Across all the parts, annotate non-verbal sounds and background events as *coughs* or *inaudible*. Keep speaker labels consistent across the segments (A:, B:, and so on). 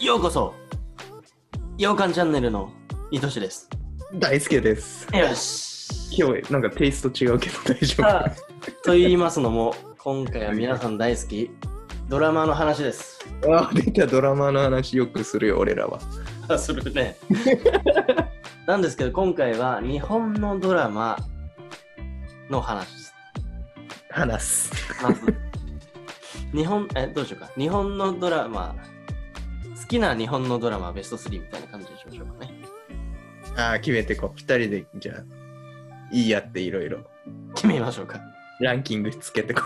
A: ようこそ洋館チャンネルのいとしです
B: 大輔です。
A: よし
B: 今日なんかテイスト違うけど大丈
A: さあと言いますのも今回は皆さん大好きドラマの話です
B: 夫。ああ、出たドラマの話よくするよ、俺らは。
A: あするね *laughs* なんですけど今回は日本のドラマの話です
B: 話す。
A: まず *laughs* 日本えどうしようか日本のドラマ好きな日本のドラマベスト3みたいな感じにしましょうかね
B: ああ、決めてこう。二人で、じゃあ、いいやっていろいろ。
A: 決めましょうか
B: ランキングつけてこ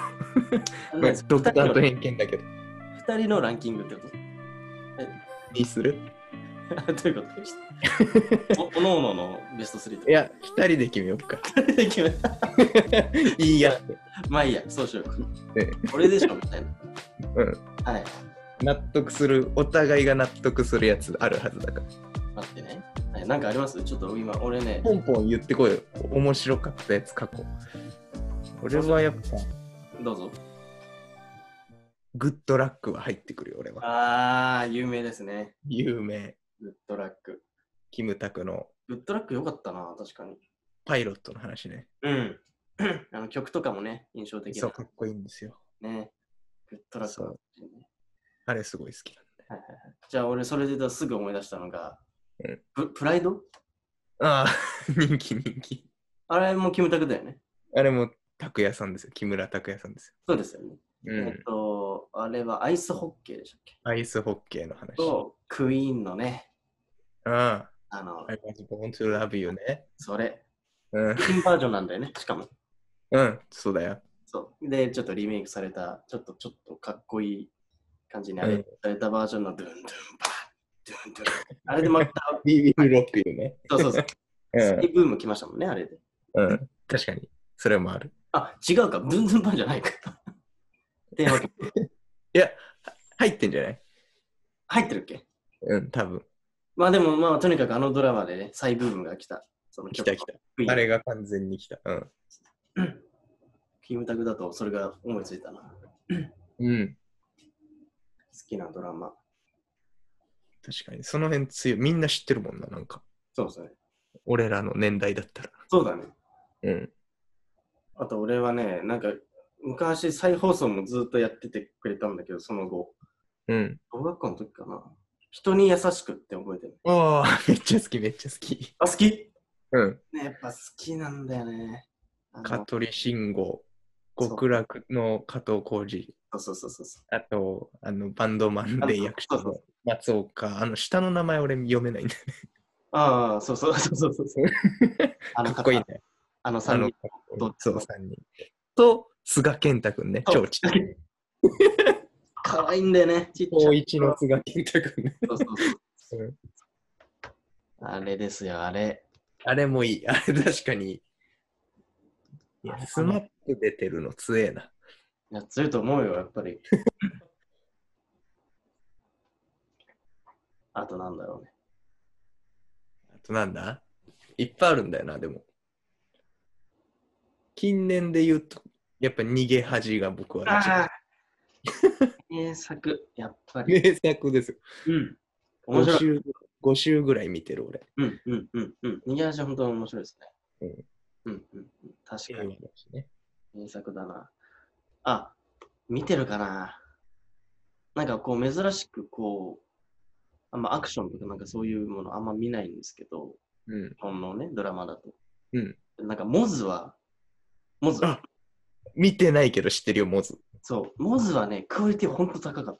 B: う。
A: 二
B: ドクターと
A: 人
B: 偏見だけど。
A: の二人のランキングってこと
B: にする
A: *laughs* どういうことですかおおのおののベスト3と
B: いや、二人で決めようか。
A: かで決めた。
B: いいやって。
A: *laughs* まあいいや、そうしようか
B: ええ。
A: 俺でしょみたいな。
B: うん。
A: はい。
B: 納得する、お互いが納得するやつあるはずだから。
A: 待ってね。はい、なんかありますちょっと今、俺ね、
B: ポンポン言ってこいよ。面白かったやつ、過去。俺はやっぱ、
A: どうぞ。
B: グッドラックは入ってくるよ、俺は。
A: あー、有名ですね。
B: 有名。
A: グッドラック。
B: キムタクの
A: グッドラック良かったな、確かに。
B: パイロットの話ね。
A: うん。 *coughs* あの曲とかもね、印象的
B: そう、
A: だ
B: かっこいいんですよ。
A: ね。グッドラック
B: そ
A: は
B: う。あれすごい好き
A: じゃあ俺、それで言うとすぐ思い出したのが
B: うん、
A: ププライド
B: なああ、 *laughs* 人気人気。
A: あれもキムタクだよね。
B: あれも拓也さんですよ。木村拓哉さんです
A: そうですよね。
B: よ。う
A: えっ
B: ん。
A: と、あれはアイスホッケーでしたっけ
B: アイスホッケーの話。
A: と、クイーンのね、
B: うん。I
A: あの、
B: was born to love you ね。
A: それ、
B: うん。
A: 新バージョンなんだよね、しかも。
B: うん、そうだよ。
A: そう。で、ちょっとリメイクされた、ちょっと、ちょっとかっこいい感じにアレンジされたバージョンのドゥンドゥンバー、ドゥンドゥン。あれでまた、
B: *laughs* ビビるロっていうね。
A: そうそうそう。
B: う
A: スキーブーム来ましたもんね、あれで。
B: ん。うん。確かに。それもある。
A: あ、違うか、ドゥンドゥンバーじゃない
B: *laughs*
A: か。で、
B: いや、入ってんじゃない
A: 入ってるっけ
B: うん、多分。
A: まあでも、まあとにかくあのドラマでね、再ブームが来た。その
B: 来た来た。
A: た
B: あれが完全に来た。うん。
A: キムタクだとそれが思いついたな。好
B: うん。
A: きなドラマ。
B: 確かに。その辺強い。みんな知ってるもんな、なんか。
A: そうですね。
B: 俺らの年代だったら。
A: そうだね。
B: うん。
A: あと俺はね、なんか昔再放送もずっとやっててくれたんだけど、その後、
B: うん。
A: 小学校の時かな。人に優しくって覚えてる。
B: ああ、 *laughs* めっちゃ好き、めっちゃ好き。
A: あ、好き
B: うん。
A: ね、やっぱ好きなんだよね。あの
B: 香取慎吾、
A: そう
B: 極楽の加藤浩次、
A: そうそうそうそ
B: あと、あの、バンドマン
A: あ
B: で役者
A: そう
B: の松岡、あの、下の名前俺読めないんだ
A: う。ああ、そうそうそうそう *laughs* そうそう。あの
B: よ *laughs* ね。かっこいいね
A: 方。あの
B: あ
A: 3
B: の
A: 人。、どっち
B: そ
A: も
B: う、三人。と、菅健太くんね、
A: そう
B: 超ちっちゃい。
A: 可愛いんだよね。ちっちゃ
B: 高
A: い。
B: 一の菅健太くんね。
A: *laughs* そうそうそう
B: うん
A: あれですよ、あれ。
B: あれもいい。あれ確かに。いや、スマップ出てるの強えな。
A: いや、強いと思うよ、やっぱ *laughs* り。あとなんだろうね。
B: あとなんだいっぱいあるんだよな、でも。近年で言うと、やっぱ逃げ恥が僕は一番
A: あ *laughs* 名作、やっぱり。
B: 名作ですよ。
A: うん。面
B: 5
A: 白い。
B: 週 ,5 週ぐらい見てる俺。
A: うんうんうんうん。逃げ足は本当に面白いです
B: う
A: ねう
B: ん。
A: んうんうん。確
B: 映
A: か
B: 画だ
A: に、
B: しね。
A: 名作だな。あ、見てるかな。なんかこう、珍しくこう、あんまアクションとかなんかそういうものあんま見ないんですけど、
B: うん。
A: 日本のね、ドラマだと。
B: うん。
A: なんか、モズは、モズ。
B: あ見てないけど知ってるよ、モズ。
A: そう、モズはね、クオリティほんと高かっ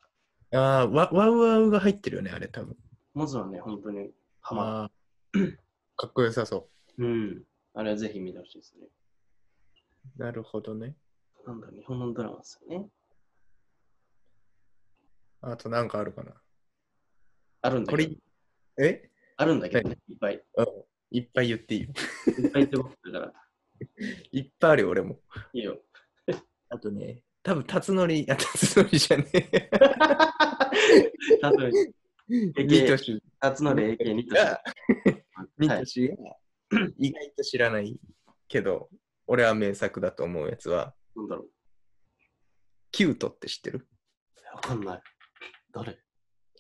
A: た。
B: ああー、ワワウワウが入ってるよね、あれ多分。
A: モズはね、本当にハマる。
B: あー *clears throat* かっこよさそ
A: うん。あれはぜひ見てほしいですね。
B: う。なるほどね。
A: なんだ、日本のドラマですよね。
B: あとなんかあるかな。
A: あるんだ
B: こ
A: け
B: れ
A: ど、、
B: え
A: あるんだけどね、いっぱい。
B: うんいっぱい言っていいよ。 *laughs*
A: いっぱいってことだから、
B: いっぱいあるよ、俺も。
A: いいよ。
B: あとね、多分辰則、あ、辰則じゃねえ。
A: たとえ、
B: ニトシ
A: 二つの霊系にと
B: が、ニ
A: は
B: ト
A: い。
B: シが *clears throat* 意外と知らないけど、俺は名作だと思うやつは、
A: なんだろう。
B: キュートって知ってる
A: わかんない。誰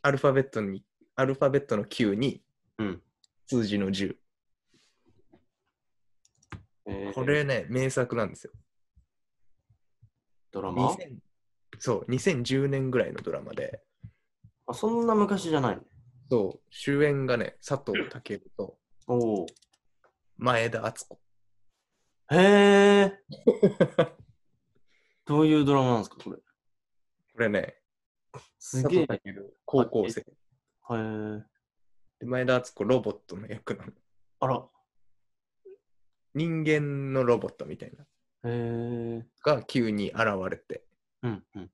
B: アルファベットに、アルファベットの Q に
A: うん。
B: 数字の10。
A: えー
B: これね、名作なんですよ。
A: ドラマ
B: 2000そう、2010年ぐらいのドラマで、
A: あそんな昔じゃないね。
B: そう、主演がね、佐藤健と
A: おお。
B: 前田敦子。 *laughs*
A: へえ。どういうドラマなんですか、これ。
B: これね、
A: す
B: 佐
A: げえ。
B: 藤
A: へ
B: 健高校生。
A: え。
B: で前田敦子、ロボットの役なの。
A: あら。
B: 人間のロボットみたいな。
A: へえ。うん
B: が急に現れて、
A: うんうん。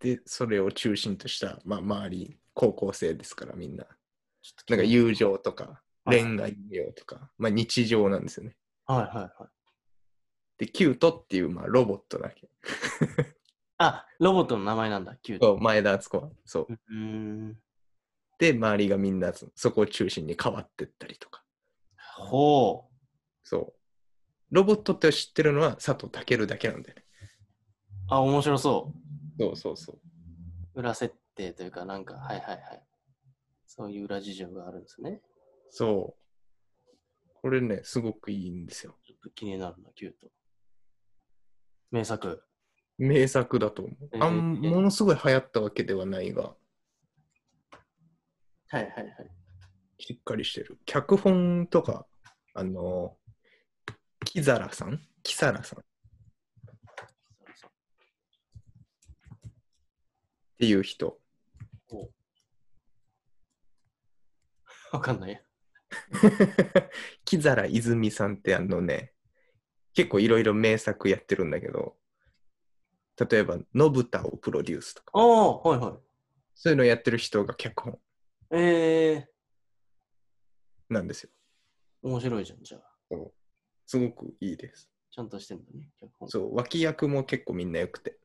B: で、それを中心とした、まあ、周り、高校生ですから、みんな。
A: ちょっと
B: なんか友情とか、
A: はい
B: 恋愛模様とか、まあ、日常なんですよね。
A: はいはいはい。
B: で、キュートっていう、まあ、ロボットだけ。
A: あ、ロボットの名前なんだ、キュート。
B: そう、前田敦子は。そう。
A: うーん。
B: で、周りがみんなそそこを中心に変わってったりとか。
A: ほう。
B: そう。ロボットって知ってるのは佐藤健だけなんだよね。
A: あ、面白そ
B: そうそうそう。
A: う。裏設定というか、なんか、はいはいはい。そういう裏事情があるんですね。
B: そう。これね、すごくいいんですよ。
A: ちょっと気になるな、キュート。名作。
B: 名作だと思う。あん、
A: えー
B: ものすごい流行ったわけではないが、
A: はいはいはい。
B: しっかりしてる。脚本とか、あのキザラさんキサラさんっていう人。
A: *laughs*
B: *laughs*
A: わかんない。
B: キザラ泉さんってあのね、結構いろいろ名作やってるんだけど、例えば、のぶたをプロデュースとか、
A: おー、はいはい。
B: そういうのやってる人が脚本
A: え
B: なんですよ。
A: ー、面白いじゃん、じゃあ。
B: すごくいいです。
A: ちゃんとしてんだね、脚本。
B: そう、脇役も結構みんな良くて。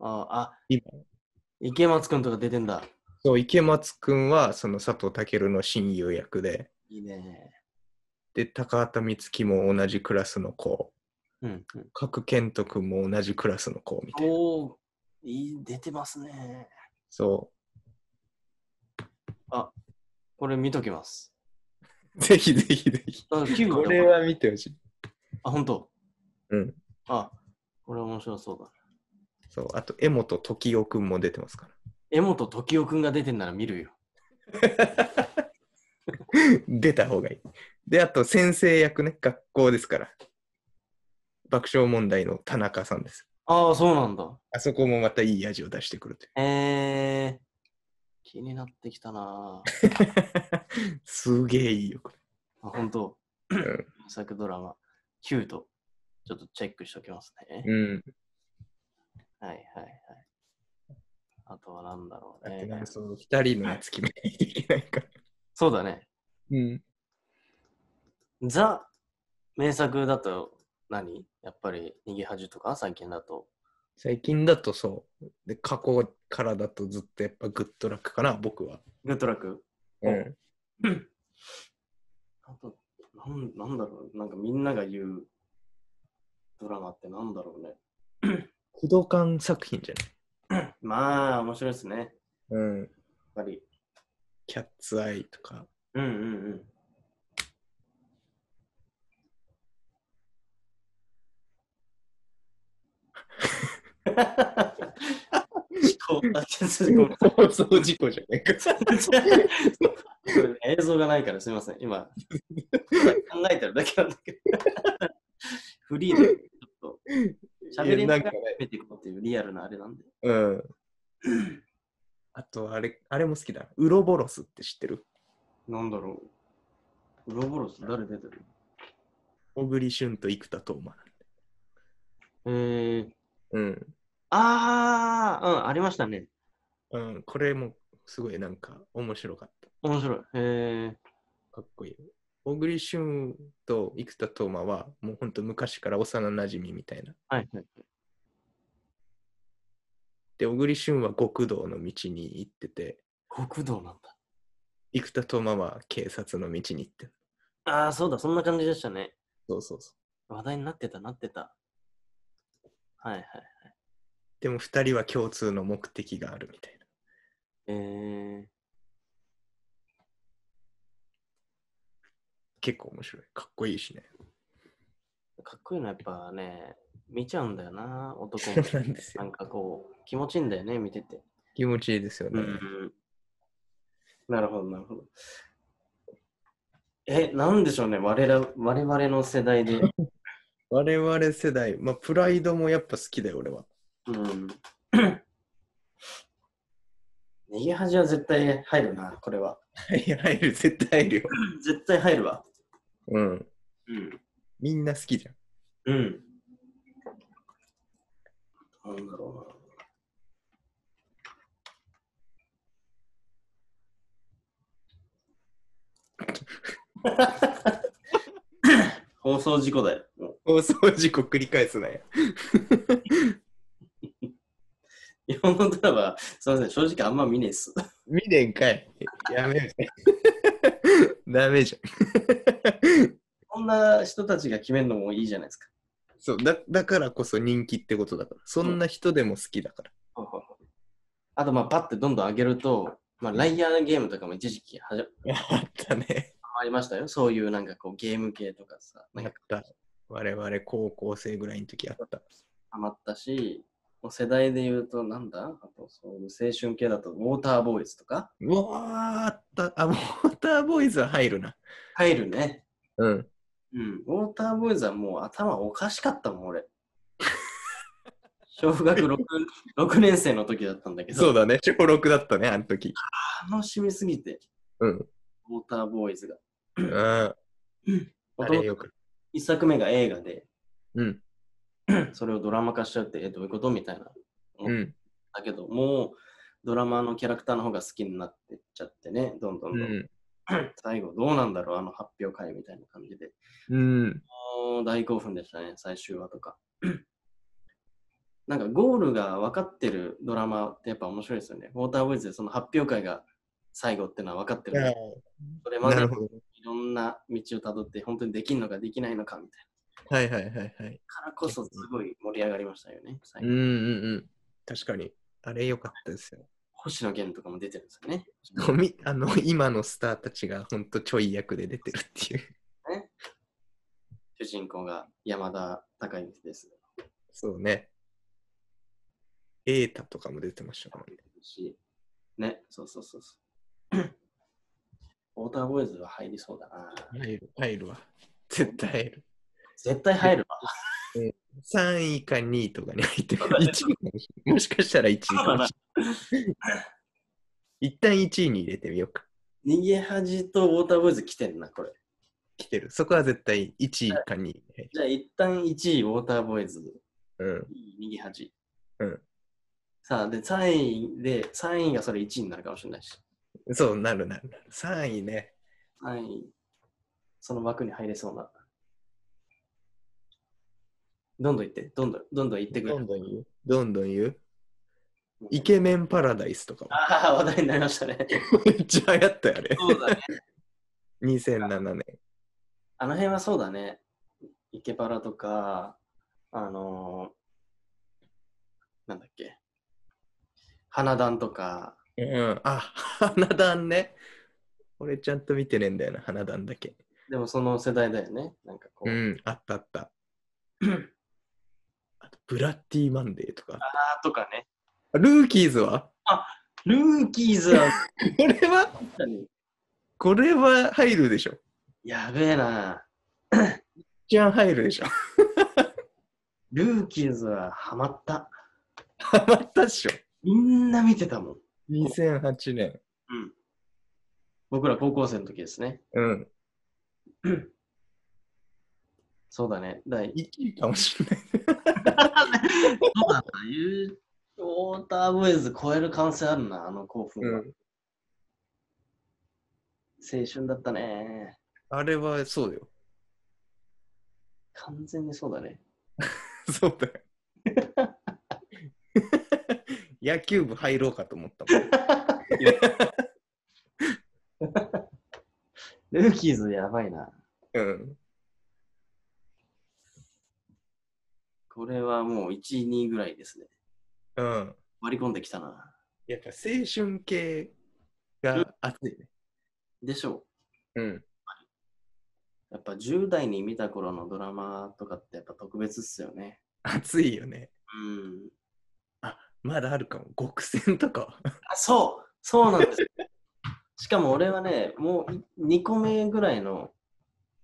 A: あー、あ、
B: 今
A: 池松くんとか出てんだ。
B: そう、池松くんはその佐藤健の親友役で、
A: いいね。
B: で、高畑充希も同じクラスの子、
A: うん、うん。
B: 角健人くんも同じクラスの子みたいな。
A: おー、いい、出てますね。
B: そ
A: これ見ときます。
B: う。 *laughs* ぜひぜひぜひ。
A: あ、キュート
B: これは見てほしい。
A: あ、本当。
B: うん。
A: あ、これ面白そうだ。
B: そう。あと、江本時生くんも出てますか
A: 江本時生くんが出てんなら見るよ。
B: ら。 *laughs* 出た方がいい。で、あと、先生役ね、学校ですから。爆笑問題の田中さんです。
A: ああ、そうなんだ。
B: あそこもまたいい味を出してくるとい
A: えー、気になってきたなぁ。
B: *laughs* う。すげえいいよ、こ
A: あ、本当。
B: れ。
A: 名作ドラマ、キュート。ちょっとチェックしておきますね。
B: うん。
A: はいはいはい。あとは何だろう
B: だってな
A: ね。
B: その二人のやつ決めないといけないから。
A: そうだね。
B: うん。
A: ザ、名作だと何やっぱり、逃げ恥とか最近だと。
B: 最近だとそう。で、過去からだとずっとやっぱグッドラックかな、僕は。
A: グッドラック
B: うん。
A: あと、なんなんだろうなんかみんなが言うドラマってなんだろうね。
B: 不動感作品じゃ
A: まあ、面白いですね。やっ
B: ないうん。
A: ぱり。
B: キャッツアイとか。
A: うんうん *laughs* うん。思考がすごい
B: 放送事故じゃないか。
A: これね映像がないからすみません。今、考えてるだけなんだけど。フリーで、ちょっと、喋りながら
B: いや
A: 決めていこうっていうリアルなあれなんで。
B: なんかね。うん。あと、あれ、あれも好きだ。ウロボロスって知ってる
A: なんだろう。ウロボロス誰出てる
B: 小栗旬と生田斗真。
A: えー、
B: うん。
A: あー、うん、ありましたね。
B: うん。これもすごいなんか面白かった。
A: 面白い。えー、
B: かっこいい。小栗旬と生田斗真はもうほんと昔から幼なじみみたいな。
A: はいはい。
B: で、小栗旬は極道の道に行ってて、
A: 国道なんだ。
B: 生田斗真は警察の道に行ってる
A: あー、そうだ、そんな感じでしたね。
B: そうそうそう。
A: 話題になってた、なってた。はいはい。
B: でも二人は共通の目的があるみたいな。
A: えー、
B: 結構面白い。かっこいいしね。
A: かっこいいのはやっぱね、見ちゃうんだよな、男
B: そ
A: も
B: う。なんです
A: な
B: よ。
A: んかこう、気持ちいいんだよね、見てて。
B: 気持ちいいですよね。
A: ん。なるほど、なるほど。え、なんでしょうね、我ら我々の世代で。
B: 我々世代、まあ、プライドもやっぱ好きだよ、俺は。
A: うん。逃げ恥は絶対入るな、これは。
B: 入る、入る、絶対入るよ。
A: 絶対入るわ。
B: うん。
A: うん。
B: みんな好きじゃん。
A: うん。なんだろうな。放送事故だよ。もう
B: 放送事故繰り返すなや。
A: 日本のドラマ、すみません、正直あんま見ねえっす。
B: 見ねんかい。やめよう。 *laughs* ダメじゃん。
A: こんな人たちが決めるのもいいじゃないですか。
B: そうだ、だからこそ人気ってことだから。そんな人でも好きだから。
A: あと、まあ、パッてどんどん上げると、まあ、ライアーゲームとかも一時期はじ
B: あったね。
A: ありましたよ。そういうなんかこうゲーム系とかさ、
B: あ
A: なん
B: っ
A: か
B: た。我々高校生ぐらいの時あった。
A: ハマったし、もう世代で言うと、なんだあと、そういう青春系だと、ウォーターボーイズとか
B: うわーあった。あ、ウォーターボーイズは入るな。
A: 入るね。
B: うん。
A: うん。ウォーターボーイズはもう頭おかしかったもん、俺。小学 *laughs* 6, 6年生の時だったんだけど、
B: そうだね。小6だったね、あの時。
A: 楽しみすぎて、
B: うん。
A: ウォーターボーイズが。
B: *laughs* うん。あれよく。
A: 一作目が映画で、
B: うん。
A: それをドラマ化しちゃって、え、どういうことみたいな。
B: うん。
A: だけど、もうドラマのキャラクターの方が好きになってっちゃってね、どんどん
B: う
A: どん。
B: ん。
A: 最後、どうなんだろう、あの発表会みたいな感じで。
B: うん。
A: もう大興奮でしたね、最終話とか。なんかゴールが分かってるドラマってやっぱ面白いですよね。ウォーターボーイズでその発表会が最後ってのは分かってるんで。それま
B: な
A: で
B: る
A: い
B: ほど。
A: ろんな道をたどって本当にできるのかできないのかみたい
B: はいはいはいはい。
A: な。からこそすごい盛り上がりましたよね。最
B: うん
A: 後
B: うんうん。確かに。あれ良かったですよ。
A: 星野源とかも出てるんですよね。
B: みあの今のスターたちがほんとちょい役で出てるっていう。
A: 主人公が山田孝之です。
B: そうね。エータとかも出てましたからね。
A: し、ね、そうそうそうそう。ウォーターボーイズは入りそうだな。
B: 入る、入るわ。絶対入る。
A: 絶対入るわ。
B: 3位か2位とかに入ってる。
A: そうだね
B: 1位かもしれないもしかしたら1位かもしれない。一旦1位に入れてみようか。
A: 逃げ恥とウォーターボーイズ来てんな、これ。
B: 来てる。そこは絶対1位か2位に入る。
A: じゃあ、一旦1位、ウォーターボーイズ、
B: うん。
A: 2位、逃げ恥。
B: うん。
A: さあ、で、3位で、3位がそれ1位になるかもしれないし、
B: そうなるなるなる。3位ね。
A: 3位、その枠に入れそうな。どんどん行って、どんどん、どんどん行ってくれ。
B: どんどん言う。どんどん言う。
A: うん
B: イケメンパラダイスとかも。
A: ああ、話題になりましたね。
B: めっちゃ流行ったよ、あれ。
A: そうだね。
B: 2007年。
A: *laughs* あの辺はそうだね。イケパラとか、あのー、なんだっけ。花壇とか、
B: うん。あ、花壇ね。俺ちゃんと見てねえんだよな、花壇だけ。
A: でもその世代だよね。なんかこう。
B: うん、あったあった。あと、ブラッディマンデーとか。
A: あーとかね。
B: あルーキーズは *laughs*
A: ルーキーズは、
B: これは、これは入るでしょ。
A: やべえな。
B: じゃん入るでしょ。
A: ルーキーズはハマった。
B: ハマったっしょ。
A: みんな見てたもん。
B: 2008年。
A: 僕ら高校生の時ですね。
B: うん。
A: そうだね。第
B: 1位かもしれない。
A: そうだな。ユーウォーターボーイズ超える可能性あるな、あの興奮は。
B: うん
A: 青春だったね。
B: あれはそう *laughs* だよ。
A: 完全にそうだね。
B: そうだよ。 *laughs* 野球部入ろうかと思ったもん。
A: ルーキーズやばいな。
B: うん。
A: これはもう1位、2位ぐらいですね。
B: うん。
A: 割り込んできたな。
B: やっぱ青春系が熱いね。
A: でしょ
B: うん。
A: う。やっぱ10代に見た頃のドラマとかってやっぱ特別っすよね。
B: 熱いよね。
A: うん。
B: まだあるかも。極戦とか。
A: あ、そうそうなんですよ。 *laughs* しかも俺はね、もう2個目ぐらいの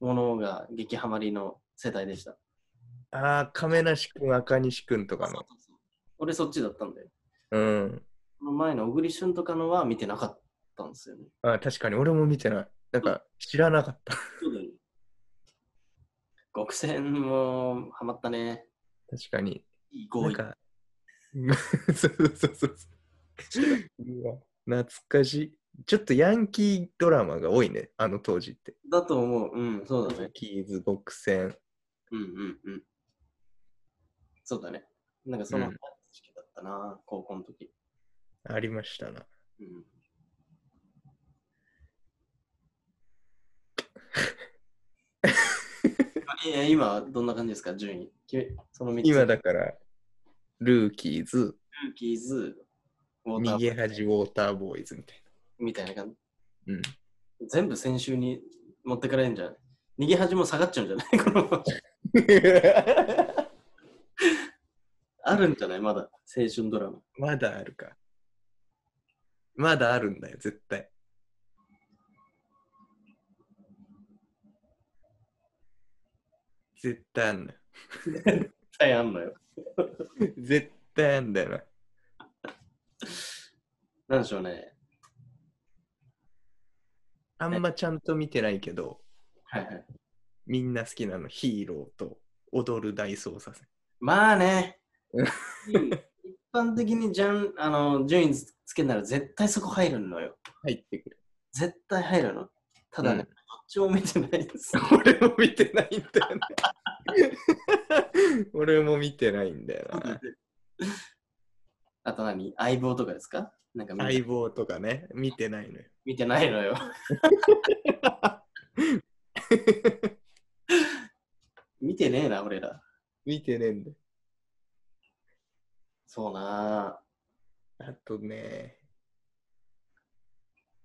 A: ものが激ハマりの世代でした。
B: *laughs* ああ、亀梨君、赤西君とか
A: そう
B: の。
A: そうそう俺そっちだったんで。
B: うん。
A: その前の小栗旬とかのは見てなかったんですよね。
B: あ確かに、俺も見てない。なんか、知らなかった。
A: そうだよね。極戦もハマったね。
B: 確かに。
A: いい
B: な
A: 合
B: ん
A: 意。
B: か、 *laughs* そうそうそうそううわ。懐かしい。ちょっとヤンキードラマが多いね、あの当時って。
A: だと思う。うん、そうだ
B: ヤ
A: ね
B: ン。キーズ、極戦。
A: うんうんうん。そうだね。なんかその
B: うん
A: 時期だったな、高校の時。
B: ありましたな。 *laughs*
A: うん。いや今どんな感じですか順位。決めその3つ。
B: 今
A: ル
B: だから、ルーキーズ、
A: ーキーズ、ウォータ
B: 逃げ
A: ー
B: 恥ウォーターボーイズみたい
A: みたいな感じ。
B: な。うん。
A: 全部先週に持ってかれるんじゃない逃げ恥も下がっちゃうんじゃない *laughs* このままあるんじゃないまだ青春ドラマ。
B: *laughs* まだあるか。まだあるんだよ、絶対。絶対あんのよ。 *laughs*
A: 絶対あんのよ。
B: 絶対あんだよな。
A: なんでしょうね。
B: あんまちゃんと見てないけど、
A: はいはい。
B: みんな好きなのヒーローと踊る大捜査線。
A: まあね
B: う
A: う
B: ん。
A: ん一般的にじゃんあの順位つけんなら絶対そこ入るのよ。
B: 入ってくる。
A: 絶対入るの。ただね、
B: うん
A: どっちも見てないです。*laughs*
B: *laughs* 俺も見てないんだよね。 *laughs* 俺も見てないんだよな。
A: あと何相棒とかですかなんか見
B: 相棒とかね、見てないのよ。
A: 見てない
B: *laughs*
A: のよ。見てねえな、俺ら。
B: 見てねえんだよ。
A: そうな
B: あとね、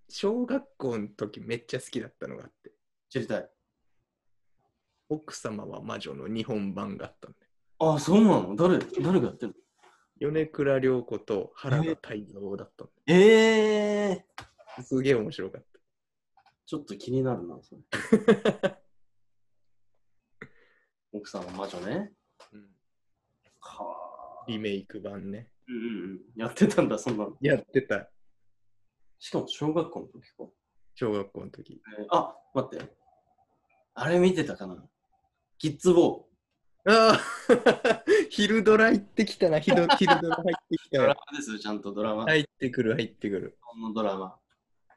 B: 小学校の時めっちゃ好きだったのがあって、
A: ぁ。知りたい。
B: 奥様は魔女の日本版があったんだよ。
A: あ、そうなの誰誰がやってるの
B: 米倉涼子と原田泰造だったんだ
A: ええー、
B: よ。すげえ面白かっ
A: ちょっと気になるな、そ
B: *laughs*
A: れ。奥さんは魔女ね。
B: た。うん
A: はぁ。
B: リメイク版ね。
A: うんうんうん。やってたんだ、そんなの。
B: やってた、
A: しかも小学校の時か。
B: 小学校の時。
A: えーあ、待って。あれ見てたかなキッズボ
B: ああ *laughs* 昼ドラ行ってきたな、昼 *laughs* 昼ドラ入ってき
A: ー。
B: た
A: ドラ
B: *laughs* な。
A: マですよ、ちゃんとドラマ。
B: 入ってくる、入ってくる。
A: 日本のドラマ。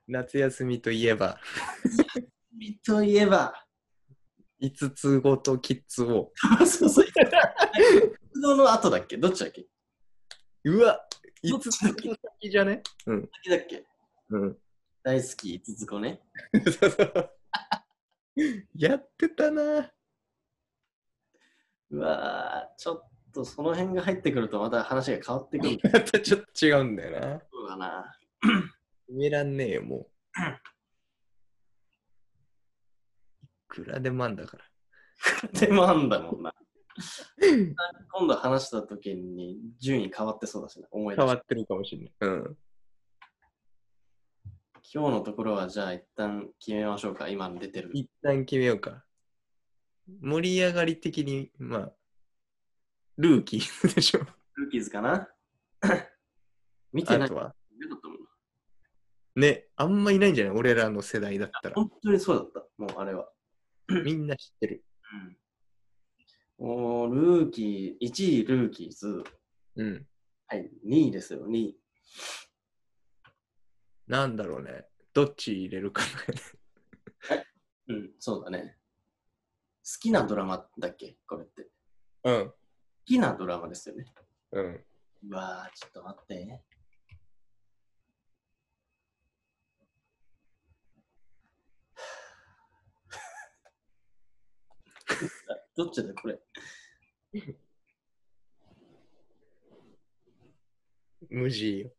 B: 夏休みといえば、
A: 見といえば。
B: 5つごとキッズを。
A: そうそう。活動の後だっけどっちだっけ
B: うわ !5 つごと先じゃねうん。
A: 先だっけ
B: うん。 *laughs*
A: 大好き、つつこね。
B: そうそうやってたな。 *laughs*
A: うわぁ、ちょっとその辺が入ってくるとまた話が変わってくる。
B: またちょっと違うんだよな。
A: そうだな。
B: 決めらんねえよ、 *laughs* もう。いくらでもあんだから。
A: でもあんだもんな。 *laughs* 今度話した時に順位変わってそうだしな、思い出
B: 変
A: し
B: わ
A: た
B: ってるかもしれない。うん。
A: 今日のところはじゃあ一旦決めましょうか、今出てる。
B: 一旦決めようか。盛り上がり的に、まあ、ルーキー *laughs* でしょ。
A: ルーキーズかな *coughs* 見て
B: あ
A: ない。
B: とは。
A: なかったもん
B: ね、あんまいないんじゃない俺らの世代だったら。
A: 本当にそうだった、もうあれは。
B: みんな知ってる。
A: うん、おールーキー、1位ルーキーズ、
B: うん。
A: はい、2位ですよ、2位。
B: なんだろうね。どっち入れるかな。
A: うん、そうだね。好きなドラマだっけこれって。好
B: *laughs* うん。
A: きなドラマですよね。
B: うん。
A: うわー、ちょっと待って。 *laughs* どっちだこれ
B: 無事よ。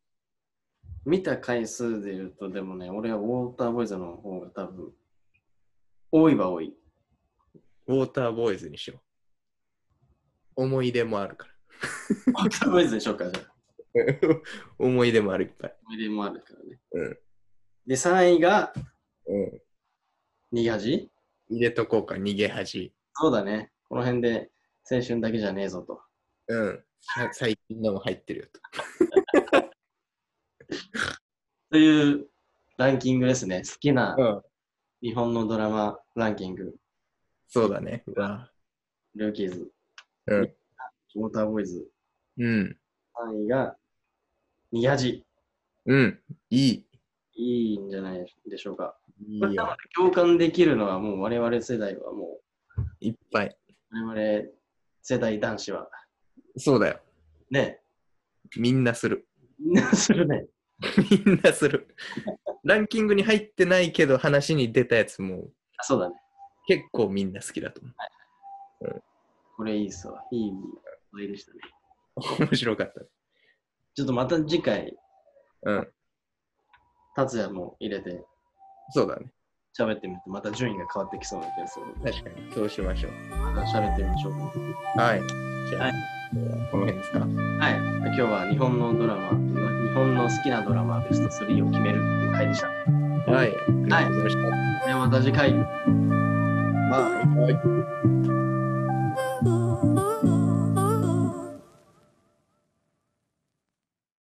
A: 見た回数で言うと、でもね、俺はウォーターボーイズの方が多分、多いは多
B: *laughs*
A: い。
B: ウォーターボーイズにしよう。思い出もあるか *laughs*
A: ウォーターボーイズにしようか、じゃあ。
B: ら。思い出もあるいっぱい。
A: 思い出もあるからね。
B: うん
A: で、3位が、
B: うん。
A: 逃げ恥
B: 入れとこうか、逃げ恥。
A: そうだね。この辺で青春だけじゃねえぞと。
B: うん。さ最近のも入ってるよと。
A: というランキングですね。好きな
B: うん。
A: 日本のドラマランキング、
B: そうだね。うわ。
A: ルーキーズ、
B: うん。
A: ウォーターボーイズ、
B: うん。
A: 3位が、逃げ恥。
B: うん。いい。
A: いいんじゃないでしょうか。
B: いい
A: これ多
B: よ。
A: 分共感できるのはもう我々世代はも
B: いっぱい。
A: う、我々世代男子は、
B: そうだよ。 *laughs*
A: ね、
B: みんなする。 *laughs*
A: みんなするね。
B: みんなする。ランキングに入ってないけど話に出たやつも
A: あそうだね。
B: 結構みんな好きだと思
A: これいいっすわ。いいお題でしたね。
B: う。面白かった。
A: ちょっとまた次回、
B: うん。
A: 達也も入れて
B: そうだね。
A: 喋ってみて、また順位が変わってきそうな気がするので、
B: 確かに。そうしましょう。
A: また喋ってみましょう。
B: はい。じゃあ、
A: はい
B: この辺ですか。
A: はい。今日は日本のドラマ、日本の好きなドラマベスト3を決めるっていう回でした。
B: はい。ありがとうございました。
A: ではまた次回。
B: はい。